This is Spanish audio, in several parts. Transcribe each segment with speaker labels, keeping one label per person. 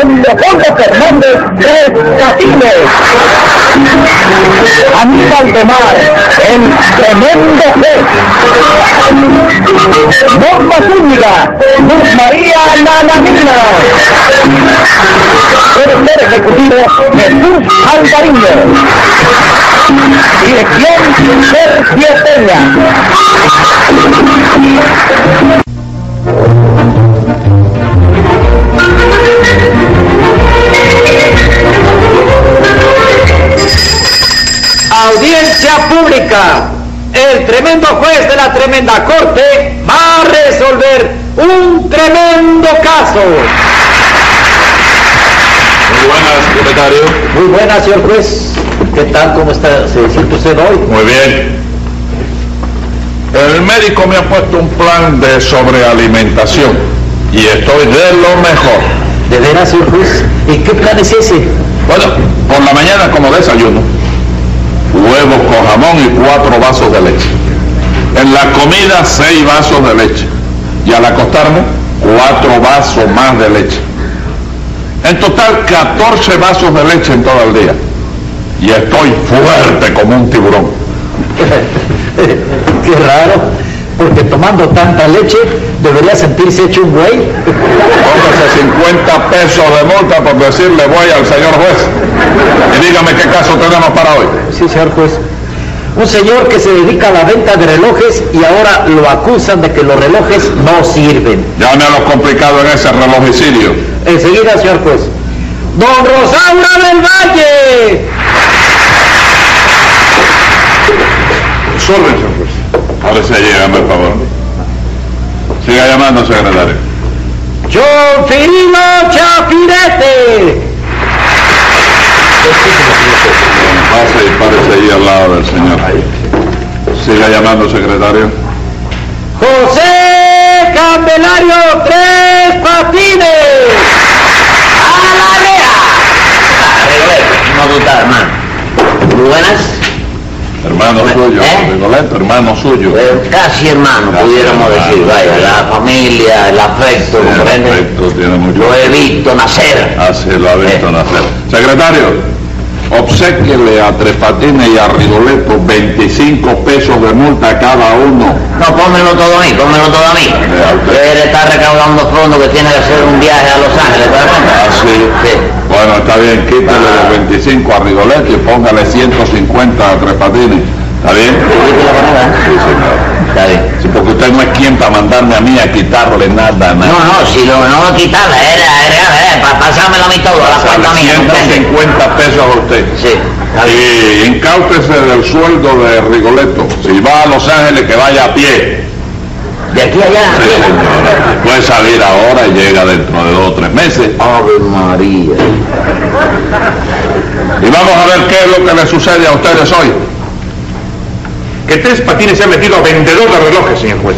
Speaker 1: En Leopoldo Fernández Tres Catines. Aníbal de Mar, el tremendo juez. Norma Zúñiga, Luz María Nanamina. Tercer ejecutivo, Jesús Alvariño. Dirección Sergio Peña.
Speaker 2: Audiencia pública. El tremendo juez de la tremenda corte va a resolver un tremendo caso.
Speaker 3: Muy buenas, secretario.
Speaker 2: Muy buenas, señor juez. ¿Qué tal? ¿Cómo está? ¿Se siente usted hoy?
Speaker 3: Muy bien. El médico me ha puesto un plan de sobrealimentación y estoy de lo mejor.
Speaker 2: De veras, señor juez. ¿Y qué plan es ese?
Speaker 3: Bueno, por la mañana como desayuno, huevos con jamón y cuatro vasos de leche. En la comida, seis vasos de leche. Y al acostarme, cuatro vasos más de leche. En total, 14 vasos de leche en todo el día. Y estoy fuerte como un tiburón.
Speaker 2: qué raro. Porque tomando tanta leche debería sentirse hecho un güey.
Speaker 3: Póngase 50 pesos de multa por decirle voy al señor juez. Y dígame qué caso tenemos para hoy.
Speaker 2: Sí, señor juez. Un señor que se dedica a la venta de relojes y ahora lo acusan de que los relojes no sirven.
Speaker 3: Llame a los complicados en ese relojicidio.
Speaker 2: Enseguida, señor juez. ¡Don Rosaura del Valle!
Speaker 3: Sorry, señor juez. pues. A ver si llegame, por favor. Siga llamando, secretario.
Speaker 2: ¡Chofirino Chafirete!
Speaker 3: Pase y párese ahí al lado del señor. Siga llamando, secretario.
Speaker 2: ¡José Candelario Tres Patines!
Speaker 4: No duda, hermano. Muy buenas.
Speaker 3: Hermano suyo,
Speaker 4: ¿Eh?
Speaker 3: Rigoletto, hermano suyo.
Speaker 4: Eh, casi hermano,
Speaker 3: Casi
Speaker 4: pudiéramos
Speaker 3: hermano,
Speaker 4: decir. Vaya,
Speaker 3: sí.
Speaker 4: la familia, el afecto,
Speaker 3: Tiene
Speaker 4: comprende.
Speaker 3: afecto, tiene mucho.
Speaker 4: Lo he visto nacer.
Speaker 3: Así Ah, lo ha visto
Speaker 4: Eh.
Speaker 3: nacer. Secretario, obsequile a Tres Patines y a Rigoletto 25 pesos de multa a cada uno.
Speaker 4: No, pónmelo todo a mí, pónmelo todo a mí.
Speaker 3: Ya, usted.
Speaker 4: Él está recaudando fondos que tiene que hacer un viaje a Los Ángeles, ¿te das cuenta?
Speaker 3: Así. Ah, Bueno, está bien, quítale los 25 a Rigoletto y póngale 150 a Tres Patines. ¿Está bien?
Speaker 4: ¿Oíste la palabra?
Speaker 3: Sí, señor.
Speaker 4: Está bien.
Speaker 3: Sí, porque usted no es quien para mandarme a mí a quitarle nada, nada.
Speaker 4: No, no, si lo, no lo quitarla, era, era, para pasármelo a mí todo, a la cuenta mía, ¿comprende?
Speaker 3: 150 pesos a usted.
Speaker 4: Sí, está bien.
Speaker 3: Y incáutese del sueldo de Rigoletto. Si va a Los Ángeles, que vaya a pie.
Speaker 4: De aquí a allá.
Speaker 3: Sí, señora. Puede salir ahora y llega dentro de dos o tres meses.
Speaker 4: Ave María.
Speaker 3: Y vamos a ver qué es lo que le sucede a ustedes hoy.
Speaker 5: que Tres Patines se ha metido a vendedor de relojes, señor juez,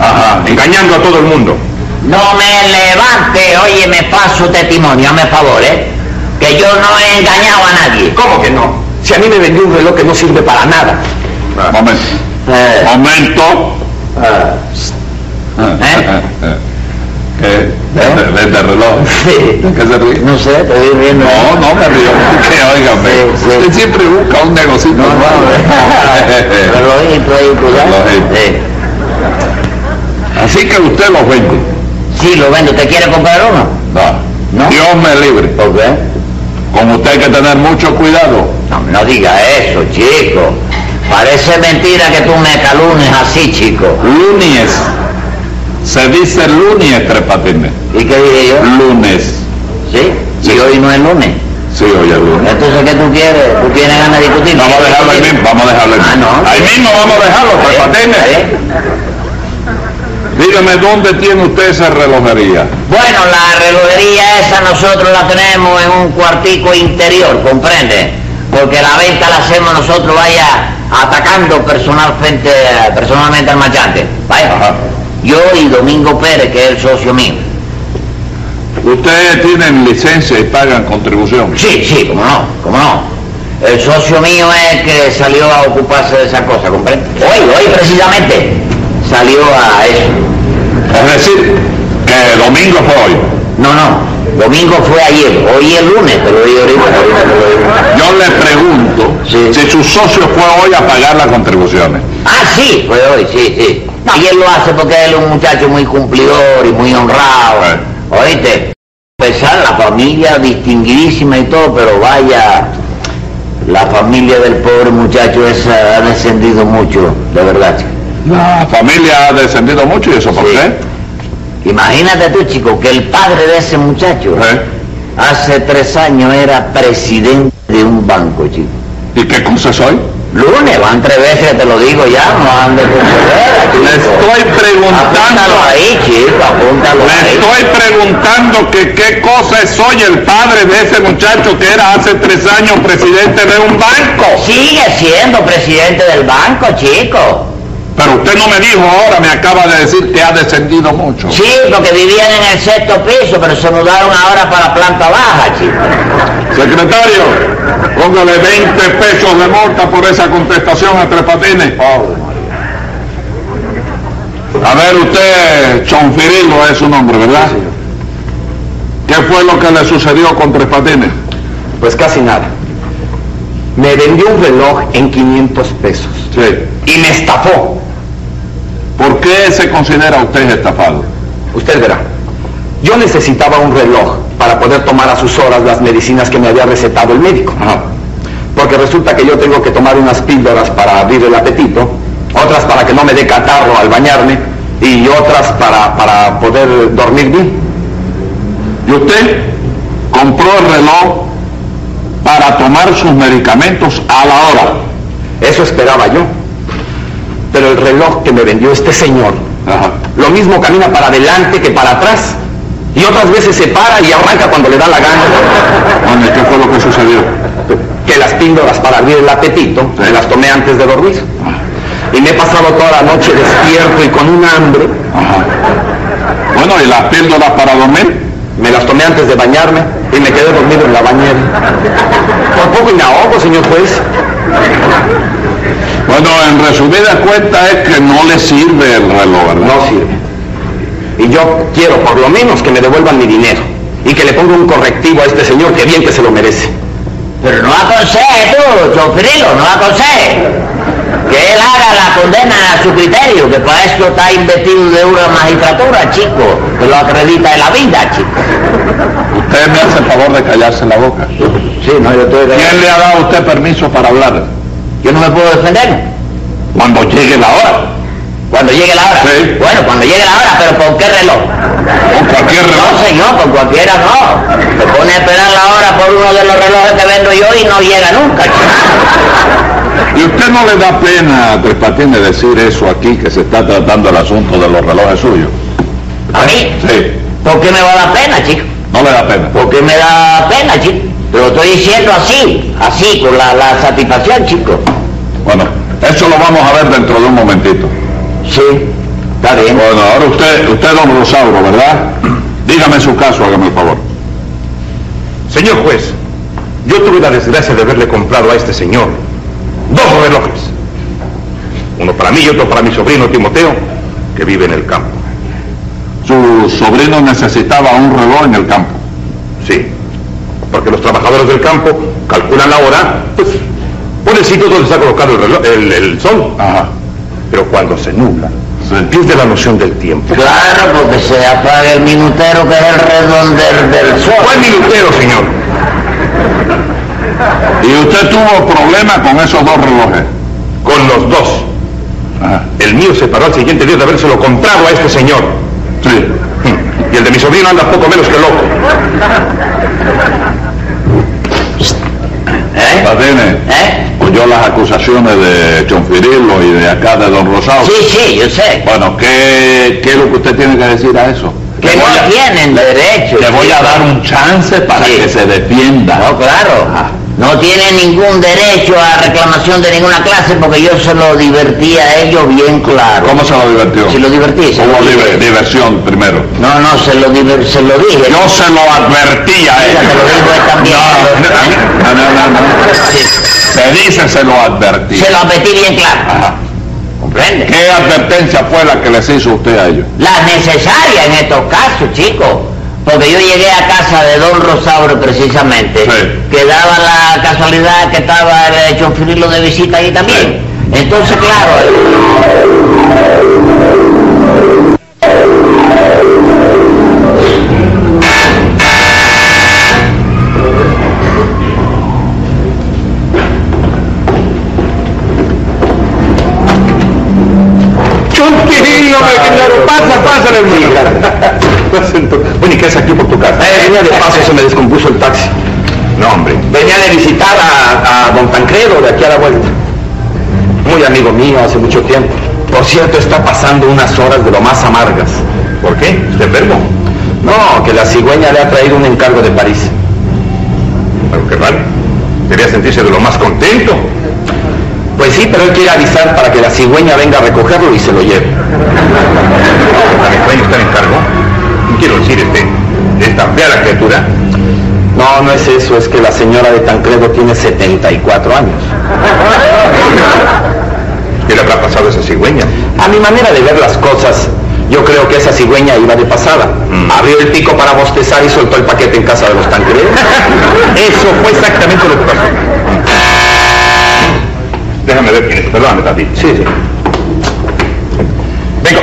Speaker 3: Ajá.
Speaker 5: engañando a todo el mundo.
Speaker 4: No me levante, oye, me paso testimonio, hazme favor, ¿eh? Que yo no he engañado a nadie.
Speaker 5: ¿Cómo que no? Si a mí me vendió un reloj que no sirve para nada.
Speaker 3: Momento.
Speaker 4: Eh,
Speaker 3: Momento.
Speaker 5: Ah,
Speaker 4: eh, ¿Eh?
Speaker 3: ¿Qué? Vende- vende reloj.
Speaker 4: sí.
Speaker 3: ¿De qué se ríe?
Speaker 4: No sé, te estoy riendo.
Speaker 3: No, no me río, porque óigame,
Speaker 4: Sí, sí.
Speaker 3: usted siempre busca un negocito
Speaker 4: No, no,
Speaker 3: nuevo.
Speaker 4: relojito ahí, cuidado.
Speaker 3: Relojito.
Speaker 4: Sí.
Speaker 3: Así que usted los vende.
Speaker 4: Sí, lo vendo. ¿Te quiere comprar uno?
Speaker 3: No. Dios me libre.
Speaker 4: ¿Por qué?
Speaker 3: Con usted hay que tener mucho cuidado.
Speaker 4: No, no diga eso, chico. Parece mentira que tú me calumnes así, chico.
Speaker 3: Lunes. Se dice lunes, tres patines.
Speaker 4: ¿Y qué dije yo?
Speaker 3: Lunes.
Speaker 5: Mm.
Speaker 4: ¿Sí?
Speaker 3: Sí.
Speaker 4: Y hoy no es lunes.
Speaker 3: Sí, hoy es lunes.
Speaker 4: Entonces, ¿qué tú quieres? ¿Tú tienes ganas de discutir?
Speaker 3: Vamos a dejarlo ahí mismo, vamos a dejarlo ahí
Speaker 4: Ah,
Speaker 3: mismo.
Speaker 4: no. Eh,
Speaker 3: Ahí mismo vamos a dejarlo, pues, tres
Speaker 4: Está bien, está
Speaker 3: patines.
Speaker 4: bien.
Speaker 3: Dígame, ¿dónde tiene usted esa relojería?
Speaker 4: Bueno, la relojería esa nosotros la tenemos en un cuartico interior, ¿comprende? Porque la venta la hacemos nosotros, vaya, atacando personal frente- personalmente al machante. Vaya.
Speaker 3: Ajá.
Speaker 4: Yo y Domingo Pérez, que es el socio mío.
Speaker 3: Ustedes tienen licencia y pagan contribución.
Speaker 4: Sí, sí, cómo no, cómo no. El socio mío es el que salió a ocuparse de esa cosa, ¿comprende? Hoy, hoy precisamente salió a eso.
Speaker 3: Es decir, que domingo fue hoy.
Speaker 4: No, no, domingo fue ayer, hoy es lunes, pero hoy ahorita. te lo digo, te lo digo.
Speaker 3: Yo le pregunto
Speaker 4: Sí.
Speaker 3: si su socio fue hoy a pagar las contribuciones.
Speaker 4: Ah, sí, fue hoy, sí, sí. Y él lo hace porque él es un muchacho muy cumplidor y muy honrado. Oíste, a pesar la familia distinguidísima y todo, pero vaya, la familia del pobre muchacho esa ha descendido mucho, de verdad. chico.
Speaker 3: La familia ha descendido mucho y eso por
Speaker 4: Sí.
Speaker 3: qué.
Speaker 4: Imagínate tú, chico, que el padre de ese muchacho
Speaker 3: ¿Eh?
Speaker 4: hace tres años era presidente de un banco, chico.
Speaker 3: ¿Y qué cosa soy?
Speaker 4: Lunes, van tres veces, te lo digo ya, no andes con cholera,
Speaker 3: Le
Speaker 4: chico.
Speaker 3: estoy
Speaker 4: Apúntalo
Speaker 3: preguntando,
Speaker 4: ahí, chico, apúntalo
Speaker 3: le
Speaker 4: ahí.
Speaker 3: estoy preguntando que qué cosa es soy el padre de ese muchacho que era hace tres años presidente de un banco.
Speaker 4: Sigue siendo presidente del banco, chico.
Speaker 3: Pero usted no me dijo ahora, me acaba de decir que ha descendido mucho.
Speaker 4: Sí, porque vivían en el sexto piso, pero se mudaron ahora para la planta baja, chico.
Speaker 3: Secretario, póngale 20 pesos de multa por esa contestación a Tres Patines. A ver, usted, Chonfirilo es su nombre, ¿verdad? ¿Qué fue lo que le sucedió con Tres Patines?
Speaker 2: Pues casi nada. Me vendió un reloj en 500 pesos
Speaker 3: Sí.
Speaker 2: y me estafó.
Speaker 3: ¿Por qué se considera usted estafado?
Speaker 2: Usted verá. Yo necesitaba un reloj para poder tomar a sus horas las medicinas que me había recetado el médico. Porque resulta que yo tengo que tomar unas píldoras para abrir el apetito, otras para que no me dé catarro al bañarme y otras para, para poder dormir bien.
Speaker 3: Y usted compró el reloj para tomar sus medicamentos a la hora.
Speaker 2: Eso esperaba yo. Pero el reloj que me vendió este señor,
Speaker 3: Ajá.
Speaker 2: lo mismo camina para adelante que para atrás. Y otras veces se para y arranca cuando le da la gana.
Speaker 3: Bueno, ¿y qué fue lo que sucedió?
Speaker 2: que las píldoras para abrir el apetito me las tomé antes de dormir. Y me he pasado toda la noche despierto y con un hambre.
Speaker 3: Bueno, ¿y las píldoras para dormir?
Speaker 2: Me las tomé antes de bañarme y me quedé dormido en la bañera. Por poco y me ahogo, señor juez.
Speaker 3: Bueno, en resumidas cuentas es que no le sirve el reloj, ¿verdad?
Speaker 2: No sirve. Y yo quiero por lo menos que me devuelvan mi dinero y que le ponga un correctivo a este señor que bien que se lo merece.
Speaker 4: Pero no aconseje tú, Chofrilo, no aconseje. Que él haga la condena a su criterio, que para eso está investido de una magistratura, chico, que lo acredita en la vida, chico.
Speaker 3: Usted me hace el favor de callarse la boca.
Speaker 4: Sí, no, yo estoy de-
Speaker 3: ¿Quién le ha dado a usted permiso para hablar?
Speaker 4: Yo no me puedo defender.
Speaker 3: Cuando llegue la hora.
Speaker 4: Cuando llegue la hora.
Speaker 3: Sí.
Speaker 4: Bueno, cuando llegue la hora, pero ¿con qué reloj?
Speaker 3: Con cualquier
Speaker 4: No,
Speaker 3: reloj.
Speaker 4: señor, con cualquiera no. Se pone a esperar la hora por uno de los relojes que vendo yo y no llega nunca.
Speaker 3: ¿Y usted no le da pena, Tres Patines, decir eso aquí, que se está tratando el asunto de los relojes suyos?
Speaker 4: ¿A mí?
Speaker 3: Sí.
Speaker 4: ¿Por qué me va a dar pena, chico?
Speaker 3: No le da pena.
Speaker 4: ¿Por qué me da pena, chico? Te lo estoy diciendo así, así, con la, la satisfacción, chico.
Speaker 3: Bueno, eso lo vamos a ver dentro de un momentito.
Speaker 4: Sí, está bien.
Speaker 3: Bueno, ahora usted, usted es don Rosauro, ¿verdad? Dígame su caso, hágame el favor.
Speaker 5: Señor juez, yo tuve la desgracia de haberle comprado a este señor dos relojes. Uno para mí y otro para mi sobrino Timoteo, que vive en el campo.
Speaker 3: Su sobrino necesitaba un reloj en el campo.
Speaker 5: Sí, porque los trabajadores del campo calculan la hora, pues, por el sitio donde está colocado el, reloj- el- el sol.
Speaker 3: Ajá.
Speaker 5: Pero cuando se nubla,
Speaker 3: Sí.
Speaker 5: pierde la noción del tiempo.
Speaker 4: Claro, porque se apaga el minutero que es el redondel del
Speaker 5: ¿Cuál
Speaker 4: sol.
Speaker 5: minutero, señor?
Speaker 3: Y usted tuvo problemas con esos dos relojes.
Speaker 5: Con los dos.
Speaker 3: Ajá.
Speaker 5: El mío se paró al siguiente día de habérselo comprado a este señor.
Speaker 3: Sí.
Speaker 5: Y el de mi sobrino anda poco menos que loco.
Speaker 4: ¿Eh?
Speaker 3: Patines,
Speaker 4: ¿Eh?
Speaker 3: oyó las acusaciones de Chonfirilo y de acá de don Rosauro.
Speaker 4: Sí, sí, yo sé.
Speaker 3: Bueno, ¿qué, ¿qué es lo que usted tiene que decir a eso?
Speaker 4: Que no tienen derecho.
Speaker 3: Le voy a
Speaker 4: chico.
Speaker 3: dar un chance para
Speaker 4: Sí.
Speaker 3: que se defienda.
Speaker 4: No, claro. No no tiene ningún derecho a reclamación de ninguna clase porque yo se lo divertí a ellos bien claro.
Speaker 3: ¿Cómo se lo divertió?
Speaker 4: Se lo divertí, se lo
Speaker 3: Hubo
Speaker 4: dije.
Speaker 3: diver- diversión primero.
Speaker 4: No, no, se lo, diver- se lo dije.
Speaker 3: Yo se lo advertí a
Speaker 4: Mira,
Speaker 3: ellos.
Speaker 4: te lo digo yo también.
Speaker 3: No, no, no, no, no. Se dice se lo advertí.
Speaker 4: Se lo advertí bien claro.
Speaker 3: Ajá.
Speaker 4: ¿Comprende?
Speaker 3: ¿Qué advertencia fue la que les hizo usted a ellos?
Speaker 4: La necesaria en estos casos, chicos. Porque yo llegué a casa de don Rosauro precisamente,
Speaker 3: Sí.
Speaker 4: que daba la casualidad que estaba el chonfrilo de visita ahí también. Entonces, claro,
Speaker 2: Chonquilino, claro, pasa, pasa, hermano.
Speaker 5: Bueno, ¿y qué es aquí por tu casa?
Speaker 2: Venía de paso, se me descompuso el taxi.
Speaker 5: Eh, No, hombre.
Speaker 2: Venía de visitar a, a don Tancredo de aquí a la vuelta. Muy amigo mío hace mucho tiempo. Por cierto, está pasando unas horas de lo más amargas.
Speaker 5: ¿Por qué? ¿Está enfermo?
Speaker 2: No, que la cigüeña le ha traído un encargo de París.
Speaker 5: Pero qué raro. Debía sentirse de lo más contento.
Speaker 2: Pues sí, pero él quiere avisar para que la cigüeña venga a recogerlo y se lo lleve.
Speaker 5: ¿Tan extraño estar en cargo? Quiero decir, este, esta fea criatura.
Speaker 2: No, no es eso, es que la señora de Tancredo tiene 74 años.
Speaker 5: ¿Qué le habrá pasado a esa cigüeña?
Speaker 2: A mi manera de ver las cosas, yo creo que esa cigüeña iba de pasada. Abrió el pico para bostezar y soltó el paquete en casa de los Tancredos.
Speaker 5: Eso fue exactamente lo que pasó. Déjame ver quién es. Perdóname, Tati. Sí, sí. Vengo.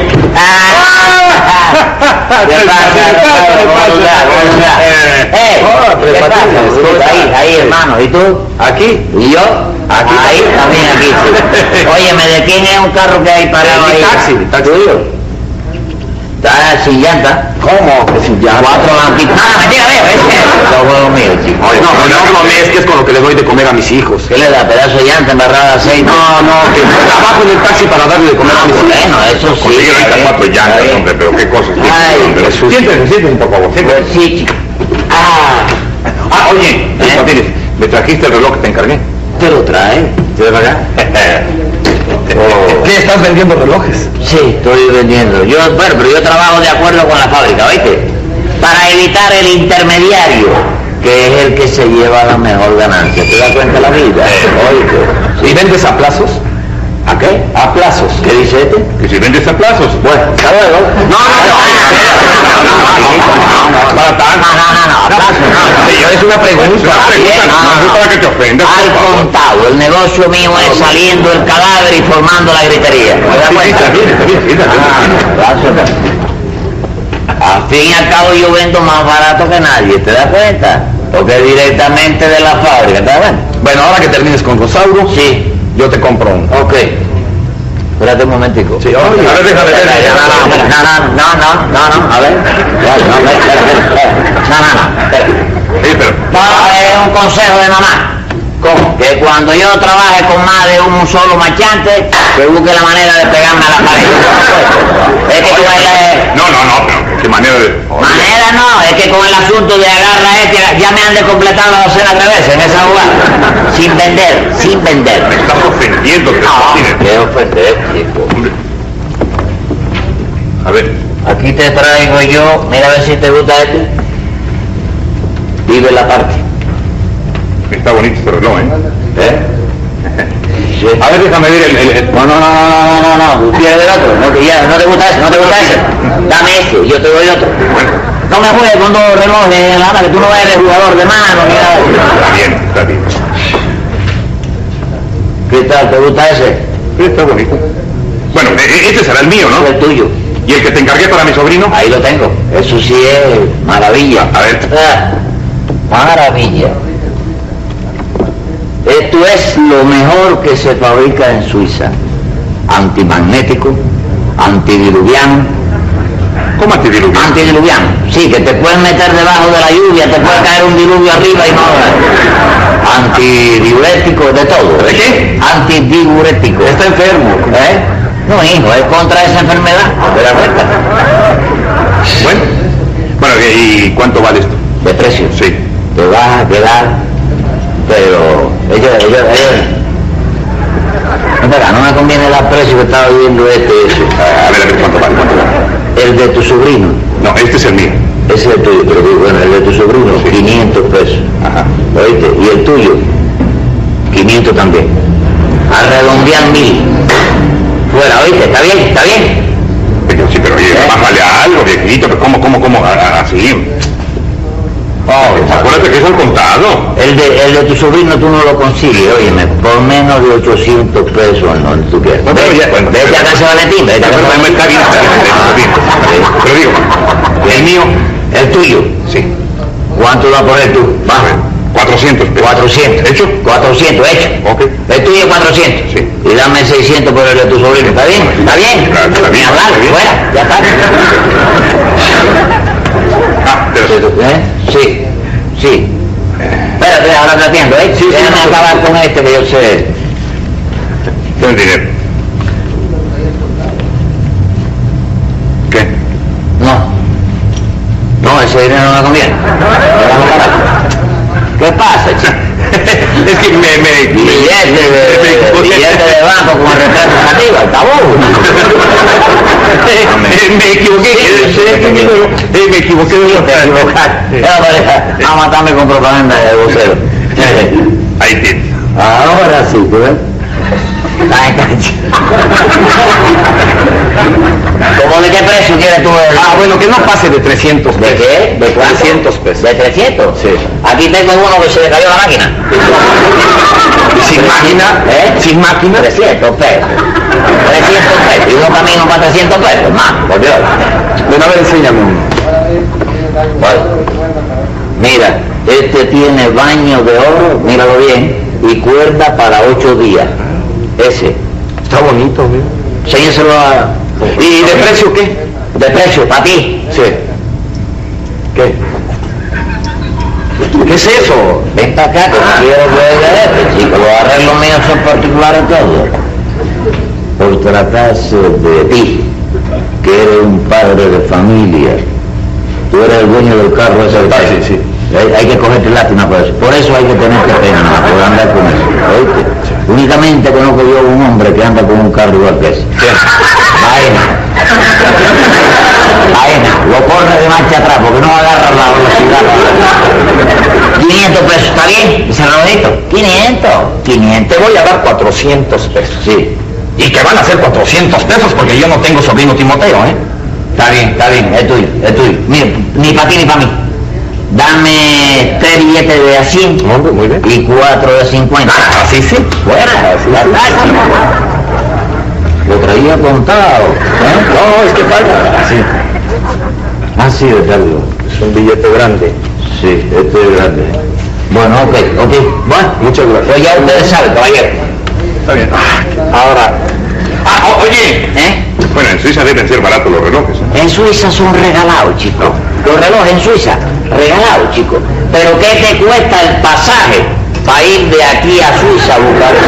Speaker 4: ¿Qué pasa? ¿Qué pasa? ¿Cómo está? ¿Cómo está?
Speaker 5: Eh,
Speaker 4: Ah. Eh,
Speaker 2: ah,
Speaker 4: ¿qué
Speaker 2: tres
Speaker 4: pasa?
Speaker 2: patines,
Speaker 4: Bruto,
Speaker 2: ¿cómo está?
Speaker 4: Ahí, ahí, hermano. ¿Y tú?
Speaker 2: Aquí,
Speaker 4: ¿Y yo?
Speaker 2: Aquí
Speaker 4: ahí,
Speaker 2: también.
Speaker 4: también aquí. Óyeme, ¿de quién es un carro que hay parado
Speaker 2: el
Speaker 4: ahí?
Speaker 2: taxi, el taxi.
Speaker 4: Está sin llanta.
Speaker 2: ¿Cómo? Que si ya.
Speaker 4: Cuatro lampitas. Ah, mentira, veo, es Los huevos míos, chico.
Speaker 2: Oye, no, pero no lo es que es con lo que le doy de comer a mis hijos.
Speaker 4: ¿Qué le da? ¿Pedazo de llanta embarrada de aceite?
Speaker 2: No, no, que trabajo en el taxi para darle de comer a mis hijos.
Speaker 4: Bueno, eso sí.
Speaker 5: Consigue ahorita
Speaker 4: está bien,
Speaker 2: pues
Speaker 5: cuatro
Speaker 4: está
Speaker 5: llantas,
Speaker 4: bien.
Speaker 5: hombre, pero qué cosas.
Speaker 4: Ay,
Speaker 5: pero
Speaker 4: Jesús.
Speaker 5: siéntese, siéntese, por favor, siéntese.
Speaker 4: Pues sí, chico. Ah,
Speaker 5: Ah, oye, Luis Martínez, me trajiste el reloj que te encargué.
Speaker 4: ¿te lo trae?
Speaker 5: ¿Te ves acá?
Speaker 2: ¿Qué estás vendiendo relojes?
Speaker 4: Oh. Sí, estoy vendiendo. Yo, bueno, pero yo trabajo de acuerdo con la fábrica, ¿oíste? Para evitar el intermediario, que es el que se lleva la mejor ganancia. ¿Te das cuenta la vida? ¿Oíste?
Speaker 2: Eh. ¿Y vendes a plazos?
Speaker 4: ¿A qué? A plazos. ¿Qué dice este?
Speaker 5: Que si vendes a plazos. Bueno,
Speaker 2: Hasta luego.
Speaker 4: No, no, no.
Speaker 5: Para tanto.
Speaker 4: No, no, no, no, aplauso, no.
Speaker 5: Sí,
Speaker 2: Es una
Speaker 5: Es
Speaker 2: pregunta.
Speaker 5: una pregunta,
Speaker 4: no,
Speaker 5: no,
Speaker 4: no,
Speaker 5: no para que te ofendas, por
Speaker 4: Al
Speaker 5: favor.
Speaker 4: contado, el negocio mío es saliendo el cadáver y formando la gritería. ¿Te das
Speaker 5: Sí, sí,
Speaker 4: cuenta?
Speaker 5: está bien, está bien, sí, está bien.
Speaker 4: Ah, gracias. Al fin y al cabo yo vendo más barato que nadie, ¿te das cuenta? Porque es directamente de la fábrica, ¿te das cuenta?
Speaker 2: Bueno, ahora que termines con Rosauro,
Speaker 4: Sí,
Speaker 2: yo te compro uno.
Speaker 4: ok. Espérate un momentico.
Speaker 2: Sí,
Speaker 5: A
Speaker 2: oye.
Speaker 5: ver, déjame ver.
Speaker 4: No, no, no, no, no, no, no, a ver. Ya, no, espera, espera, espera. No, no, no, espera.
Speaker 5: Sí, pero.
Speaker 4: No, es un consejo de mamá. ¿Cómo? Que cuando yo trabaje con más de un solo machante, que busque la manera de pegarme a la pared. es que con el,
Speaker 5: No, no, no, pero qué manera de.
Speaker 4: manera no, es que con el asunto de agarra este, ya me han de completar la docena de veces en esa jugada. Sin vender, sin vender.
Speaker 5: Me estás ofendiendo, Tres Patines.
Speaker 4: No, qué ofender, chico.
Speaker 5: Hombre. A ver,
Speaker 4: Aquí te traigo yo, mira a ver si te gusta este. Vive la parte.
Speaker 5: está bonito este reloj, ¿eh?
Speaker 4: ¿Eh? Sí. Ah,
Speaker 2: A ver, déjame ver el... el- el-
Speaker 4: No, no, no, no, no, no, no, tú quieres el otro. No, que ya, no te gusta ese, no te gusta ese. Dame ese, yo te doy otro. No me juegues con dos relojes, nada, que tú no eres jugador de mano, ni nada.
Speaker 5: Está bien, está bien.
Speaker 4: ¿Qué tal? ¿Te gusta ese?
Speaker 5: Sí, está bonito. Bueno, e- e- este será el mío,
Speaker 4: No,
Speaker 5: ¿no?
Speaker 4: el tuyo.
Speaker 5: Y el que te encargué para mi sobrino.
Speaker 4: Ahí lo tengo. Eso sí es maravilla.
Speaker 5: A ver.
Speaker 4: Ah, maravilla. Esto es lo mejor que se fabrica en Suiza. Antimagnético, antidiluviano,
Speaker 5: ¿Cómo antidiluviano?
Speaker 4: Antidiluviano. Sí, que te pueden meter debajo de la lluvia, te puede caer un diluvio arriba y no. Antidiurético, de todo.
Speaker 5: ¿De qué?
Speaker 4: Antidiurético.
Speaker 2: Está enfermo.
Speaker 4: ¿Eh? No, hijo, es contra esa enfermedad. ¿Te das cuenta?
Speaker 5: Bueno. Bueno, ¿y y cuánto vale esto?
Speaker 4: De precio.
Speaker 5: Sí.
Speaker 4: Te vas a quedar, pero yo, yo, yo. Espera, no me conviene el aprecio que estaba viendo este.
Speaker 5: A ver, a ver, ¿cuánto vale? ¿Cuánto vale?
Speaker 4: El de tu sobrino.
Speaker 5: No, este es el mío.
Speaker 4: Ese es el tuyo, pero digo, bueno, el de tu sobrino, 500 pesos.
Speaker 5: Ajá.
Speaker 4: ¿Oíste? Y el tuyo, 500 también. A redondear mil. Fuera, ¿oíste? ¿Está bien? ¿Está bien?
Speaker 5: Pero sí, pero oye, bájale a algo, viejito, pero ¿cómo, cómo, cómo? A- a- Así.
Speaker 2: Oh,
Speaker 5: Acuérdate que es al contado.
Speaker 4: El de, el de tu sobrino tú no lo consigues, óyeme, por menos de 800 pesos en donde tú quieras.
Speaker 5: No, pero
Speaker 4: Vete-
Speaker 5: ya- bueno,
Speaker 4: vete
Speaker 5: pero-
Speaker 4: a casa de Valentín, vete a casa de
Speaker 5: Pero
Speaker 4: Valentín.
Speaker 5: está bien, está bien, está bien, está bien.
Speaker 4: Ah,
Speaker 5: Pero digo,
Speaker 4: sí.
Speaker 5: el mío,
Speaker 4: El tuyo,
Speaker 5: sí,
Speaker 4: ¿cuánto lo vas a poner tú?
Speaker 5: baja, 400 pesos.
Speaker 4: 400.
Speaker 5: ¿Hecho?
Speaker 4: 400, hecho.
Speaker 5: Ok.
Speaker 4: El tuyo 400.
Speaker 5: Sí.
Speaker 4: Y dame 600 por el de tu sobrino, ¿está bien? ¿Está bien?
Speaker 5: Claro, está bien,
Speaker 4: Ni hablar,
Speaker 5: está bien.
Speaker 4: fuera, ya está.
Speaker 5: Ah, pero
Speaker 4: ¿Eh? Sí, sí. Espérate, ahora te atiendo, ¿eh? Déjame acabar con este que yo sé.
Speaker 5: Ten el dinero. ¿Qué?
Speaker 4: No. No, ese dinero no me conviene. Déjame acabar. ¿Qué pasa, chico?
Speaker 5: Es que me... me, me-
Speaker 4: Billete de,
Speaker 5: me-
Speaker 4: billete de banco con el retrato arriba, el tabú.
Speaker 5: me- me equivoqué.
Speaker 4: Sí, sí,
Speaker 5: eh,
Speaker 4: sí.
Speaker 5: eh, me equivoqué de los
Speaker 4: Te equivocaste. Ya, pareja, a matarme con propaganda de vocero.
Speaker 5: Ahí tienes.
Speaker 4: Ahora sí, ¿tú ves? Ay, cacho. ¿Cómo de qué precio quieres tú el-
Speaker 2: Ah, bueno, que no pase de 300
Speaker 4: ¿De
Speaker 2: pesos.
Speaker 4: qué? ¿De cuánto?
Speaker 2: 300 pesos.
Speaker 4: ¿De 300?
Speaker 2: Sí.
Speaker 4: Aquí tengo uno que se le cayó la máquina.
Speaker 2: Sin máquina,
Speaker 4: ¿Eh?
Speaker 2: sin máquina.
Speaker 4: 300 pesos. 300 pesos. Y uno camino para 300 pesos. Más, por Dios.
Speaker 2: Ven a ver, enséñame uno.
Speaker 4: Bueno. Mira, este tiene baño de oro, míralo bien, y cuerda para ocho días. Ese.
Speaker 2: Está bonito, mira.
Speaker 4: Séñeselo a...
Speaker 2: ¿Y de precio qué?
Speaker 4: De precio, para ti.
Speaker 2: Sí. ¿Qué? ¿Qué es eso?
Speaker 4: Ven para acá, que
Speaker 2: Ah.
Speaker 4: quiero ver de este, chico. Los arreglos míos son particulares todos. Por tratarse de ti, que eres un padre de familia. Tú eres el dueño del carro ese
Speaker 2: Ah,
Speaker 4: taxi.
Speaker 2: sí,
Speaker 4: Hay, hay que cogerte lástima por eso. Por eso hay que tenerte pena por andar con eso. ¿oíste? Únicamente conozco yo un hombre que anda con un carro igual que ese. Vaina. Vaina. Lo corre de marcha atrás porque no agarra la velocidad. 500 pesos, ¿está bien? Ese relojito. 500. 500.
Speaker 2: Te voy a dar 400 pesos.
Speaker 4: Sí.
Speaker 2: Y que van a ser 400 pesos porque yo no tengo sobrino Timoteo, ¿eh?
Speaker 4: Está bien, está bien, es tuyo, es tuyo. Mire, ni para ti ni para mí. Dame tres billetes de a 100
Speaker 2: Hombre, muy bien. Ah,
Speaker 4: y cuatro de 50.
Speaker 2: Así sí.
Speaker 4: Fuera, la taza. Lo traía contado. ¿eh?
Speaker 2: No, es que paga. Así.
Speaker 4: Así Ah, de tarde.
Speaker 2: Es un billete grande.
Speaker 4: Sí, este es grande. Bueno, ok, ok. Bueno,
Speaker 2: Muchas gracias.
Speaker 4: pues ya ustedes saben, caballero.
Speaker 5: Está bien.
Speaker 2: Ahora,
Speaker 5: Ah, o- oye.
Speaker 4: ¿Eh?
Speaker 5: Bueno, en Suiza deben ser baratos los relojes. ¿eh?
Speaker 4: En Suiza son regalados, chicos. Los relojes en Suiza, regalados, chicos. Pero ¿qué te cuesta el pasaje para ir de aquí a Suiza a buscar un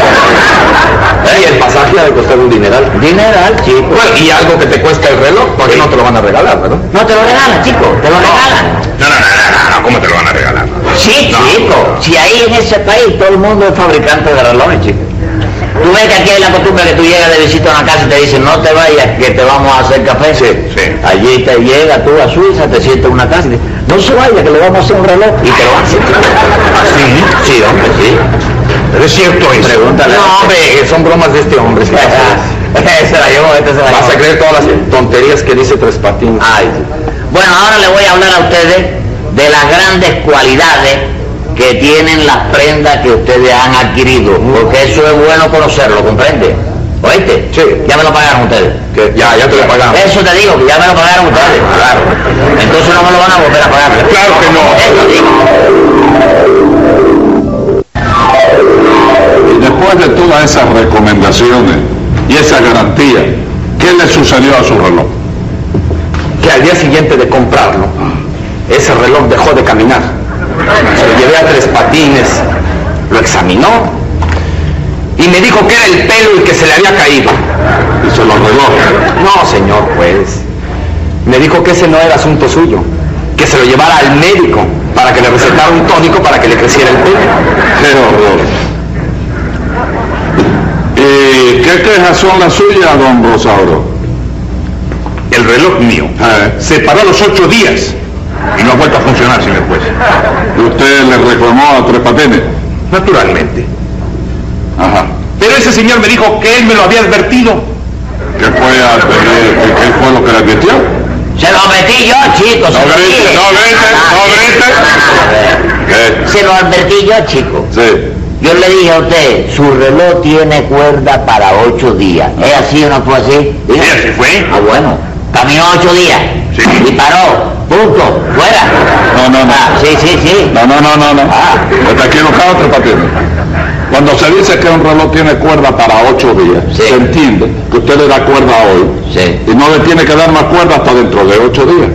Speaker 2: ¿Eh? y el pasaje ha de costar un dineral.
Speaker 4: Dineral, chico.
Speaker 2: Bueno, y algo que te cuesta el reloj, porque no te lo van a regalar, ¿verdad?
Speaker 4: No te lo regalan, chico, te lo regalan.
Speaker 5: No, no, no, no, no, no, ¿cómo te lo van a regalar?
Speaker 4: Sí,
Speaker 5: No.
Speaker 4: chico. Si ahí en ese país todo el mundo es fabricante de relojes, chico. Tú ves que aquí hay la costumbre que tú llegas de visita a una casa y te dicen, no te vayas, que te vamos a hacer café.
Speaker 5: sí.
Speaker 4: Allí te llega tú a Suiza, te sientas en una casa y dices, no se vaya, que le vamos a hacer un reloj y te lo hacen.
Speaker 2: sí?
Speaker 4: Sí, hombre, sí.
Speaker 5: Pero es cierto eso.
Speaker 2: Pregúntale.
Speaker 4: No,
Speaker 2: hombre, son bromas de este hombre. ¿sí?
Speaker 4: se la llevó, este se la
Speaker 2: Vas a
Speaker 4: llevó.
Speaker 2: creer todas las tonterías que dice Tres Patines.
Speaker 4: Ay, Bueno, ahora les voy a hablar a ustedes de las grandes cualidades que tienen las prendas que ustedes han adquirido, porque eso es bueno conocerlo, ¿comprende? ¿Oíste?
Speaker 2: Sí.
Speaker 4: Ya me lo pagaron ustedes.
Speaker 2: Que ya, ya te lo pagamos.
Speaker 4: Eso te digo, que ya me lo pagaron ustedes.
Speaker 2: Ah,
Speaker 4: Claro. Entonces no me lo van a volver a pagar.
Speaker 5: Claro que no.
Speaker 4: Eso digo.
Speaker 3: Y después de todas esas recomendaciones y esa garantía, ¿qué le sucedió a su reloj?
Speaker 2: que al día siguiente de comprarlo, ese reloj dejó de caminar. Se lo llevé a tres patines, lo examinó y me dijo que era el pelo el que se le había caído.
Speaker 3: Y se lo relojes.
Speaker 2: No, señor juez. Me dijo que ese no era asunto suyo, que se lo llevara al médico para que le recetara un tónico para que le creciera el pelo.
Speaker 3: Qué horror. ¿Y qué quejas son las suyas, don Rosauro?
Speaker 5: El reloj mío
Speaker 3: Eh,
Speaker 5: se paró a los ocho días y no ha vuelto a funcionar, señor juez.
Speaker 3: ¿Usted le reclamó a Tres Patines?
Speaker 5: Naturalmente.
Speaker 3: Ajá.
Speaker 5: Pero ese señor me dijo que él me lo había advertido.
Speaker 3: ¿Qué fue, a- qué- qué fue lo que le advirtió?
Speaker 4: Se lo metí yo, chico.
Speaker 3: No
Speaker 4: se lo Ah,
Speaker 3: grite,
Speaker 4: dije.
Speaker 3: no grite, no grite. ¿Qué?
Speaker 4: ah, Se lo advertí yo, chico.
Speaker 3: Sí.
Speaker 4: Yo le dije a usted, su reloj tiene cuerda para ocho días. ¿Es así o no fue así? Dígame.
Speaker 5: Sí, así fue.
Speaker 4: Ah, bueno. Caminó ocho días.
Speaker 5: Sí.
Speaker 4: Y paró. Punto. Fuera.
Speaker 3: No, no, no.
Speaker 4: Ah, sí, sí, sí.
Speaker 3: No, no, no, no, no.
Speaker 4: Ah.
Speaker 3: Está equivocado Tres Patines. Cuando se dice que un reloj tiene cuerda para ocho días,
Speaker 4: Sí.
Speaker 3: se entiende que usted le da cuerda hoy
Speaker 4: Sí.
Speaker 3: y no le tiene que dar más cuerda hasta dentro de ocho días.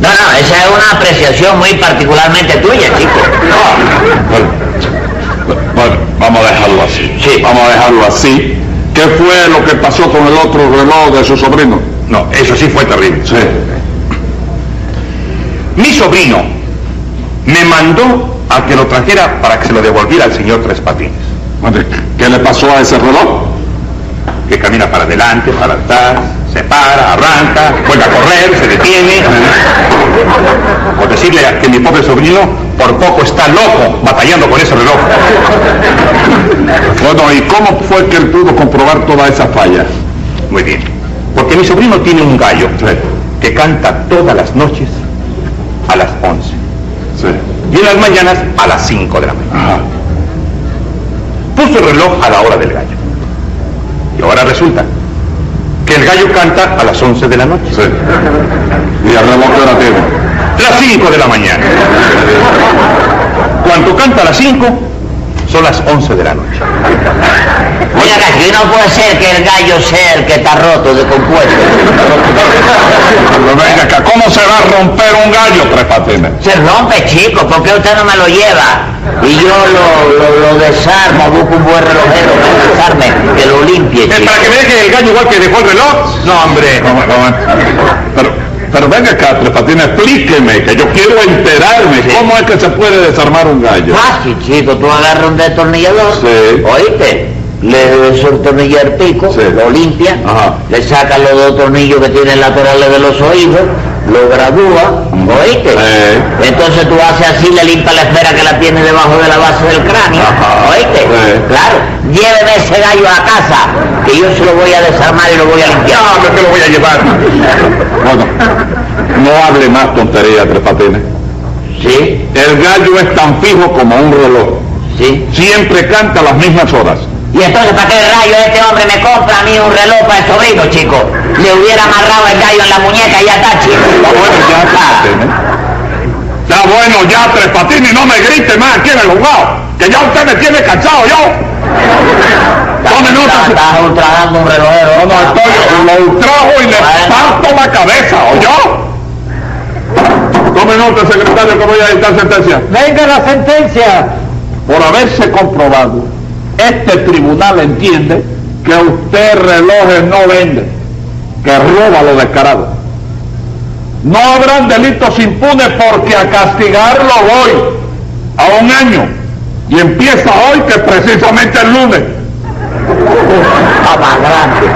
Speaker 4: No, no, esa es una apreciación muy particularmente tuya, chico.
Speaker 3: Bueno, bueno, vamos a dejarlo así.
Speaker 4: Sí.
Speaker 3: Vamos a dejarlo así. ¿Qué fue lo que pasó con el otro reloj de su sobrino?
Speaker 5: No, eso sí fue terrible.
Speaker 3: Sí.
Speaker 5: Mi sobrino me mandó a que lo trajera para que se lo devolviera al señor Tres Patines,
Speaker 3: Bueno, ¿Qué le pasó a ese reloj?
Speaker 5: que camina para adelante, para atrás, se para, arranca, vuelve a correr, se detiene. Por decirle a que mi pobre sobrino por poco está loco batallando con ese reloj.
Speaker 3: Bueno, ¿y cómo fue que él pudo comprobar toda esa falla?
Speaker 5: Muy bien, porque mi sobrino tiene un gallo que canta todas las noches a las 11
Speaker 3: Sí.
Speaker 5: y en las mañanas a las 5 de la mañana.
Speaker 3: Ajá.
Speaker 5: puso el reloj a la hora del gallo. Y ahora resulta que el gallo canta a las 11 de la noche.
Speaker 3: Sí. ¿Y el reloj qué hora tiene?
Speaker 5: Las 5 de la mañana. Cuando canta a las 5, son las 11 de la noche.
Speaker 4: Oiga, que no puede ser que el gallo sea el que está roto de compuesto.
Speaker 3: Pero venga acá, ¿cómo se va a romper un gallo, Tres Patines?
Speaker 4: Se rompe, chico, ¿por qué usted no me lo lleva? Y yo lo, lo, lo desarmo, busco un buen relojero para desarme, que lo limpie,
Speaker 5: ¿Es
Speaker 4: chico.
Speaker 5: para que me deje el gallo igual que dejó el reloj? No, hombre.
Speaker 3: Vamos, vamos. Pero, pero venga acá, Tres Patines, explíqueme, que yo quiero enterarme cómo es que se puede desarmar un gallo.
Speaker 4: Fácil, chico, Ah, tú agarras un destornillador,
Speaker 3: Sí.
Speaker 4: ¿oíste? Le desortornilla el pico,
Speaker 3: Sí.
Speaker 4: lo limpia,
Speaker 3: Ajá.
Speaker 4: le saca los dos tornillos que tiene laterales de los oídos, lo gradúa, ¿oíste?
Speaker 3: Sí.
Speaker 4: Entonces tú haces así, le limpia la esfera que la tiene debajo de la base del cráneo,
Speaker 3: Ajá.
Speaker 4: ¿oíste?
Speaker 3: Sí.
Speaker 4: Claro, lléveme ese gallo a casa, que yo se lo voy a desarmar y lo voy a limpiar.
Speaker 5: Ah, No, hombre, que lo voy a llevar.
Speaker 3: Bueno, no hable más tontería, Tres Patines.
Speaker 4: Sí,
Speaker 3: El gallo es tan fijo como un reloj.
Speaker 4: sí.
Speaker 3: Siempre canta a las mismas horas.
Speaker 4: Y entonces, ¿para qué rayo este hombre me compra a mí un reloj para el sobrino, chico? Le hubiera amarrado el gallo en la muñeca y ya está, chico.
Speaker 3: Está bueno ya,
Speaker 5: Está bueno
Speaker 4: Ah,
Speaker 3: Tres Patines.
Speaker 5: ya, Tres Patines, no me grite más aquí en el juzgado, que ya usted me tiene cansado yo. Tome
Speaker 4: está-
Speaker 5: nota.
Speaker 4: Estás ultrajando un relojero.
Speaker 5: No, no, estoy, lo trajo y le parto la cabeza, ¿oyó?
Speaker 3: Tome nota, secretario, que voy a dictar sentencia.
Speaker 1: Venga la sentencia.
Speaker 3: Por haberse comprobado, este tribunal entiende que usted relojes no vende, que roba lo descarado. No habrán delitos impunes porque a castigarlo voy a un año y empieza hoy que precisamente el lunes.
Speaker 4: Está más grande.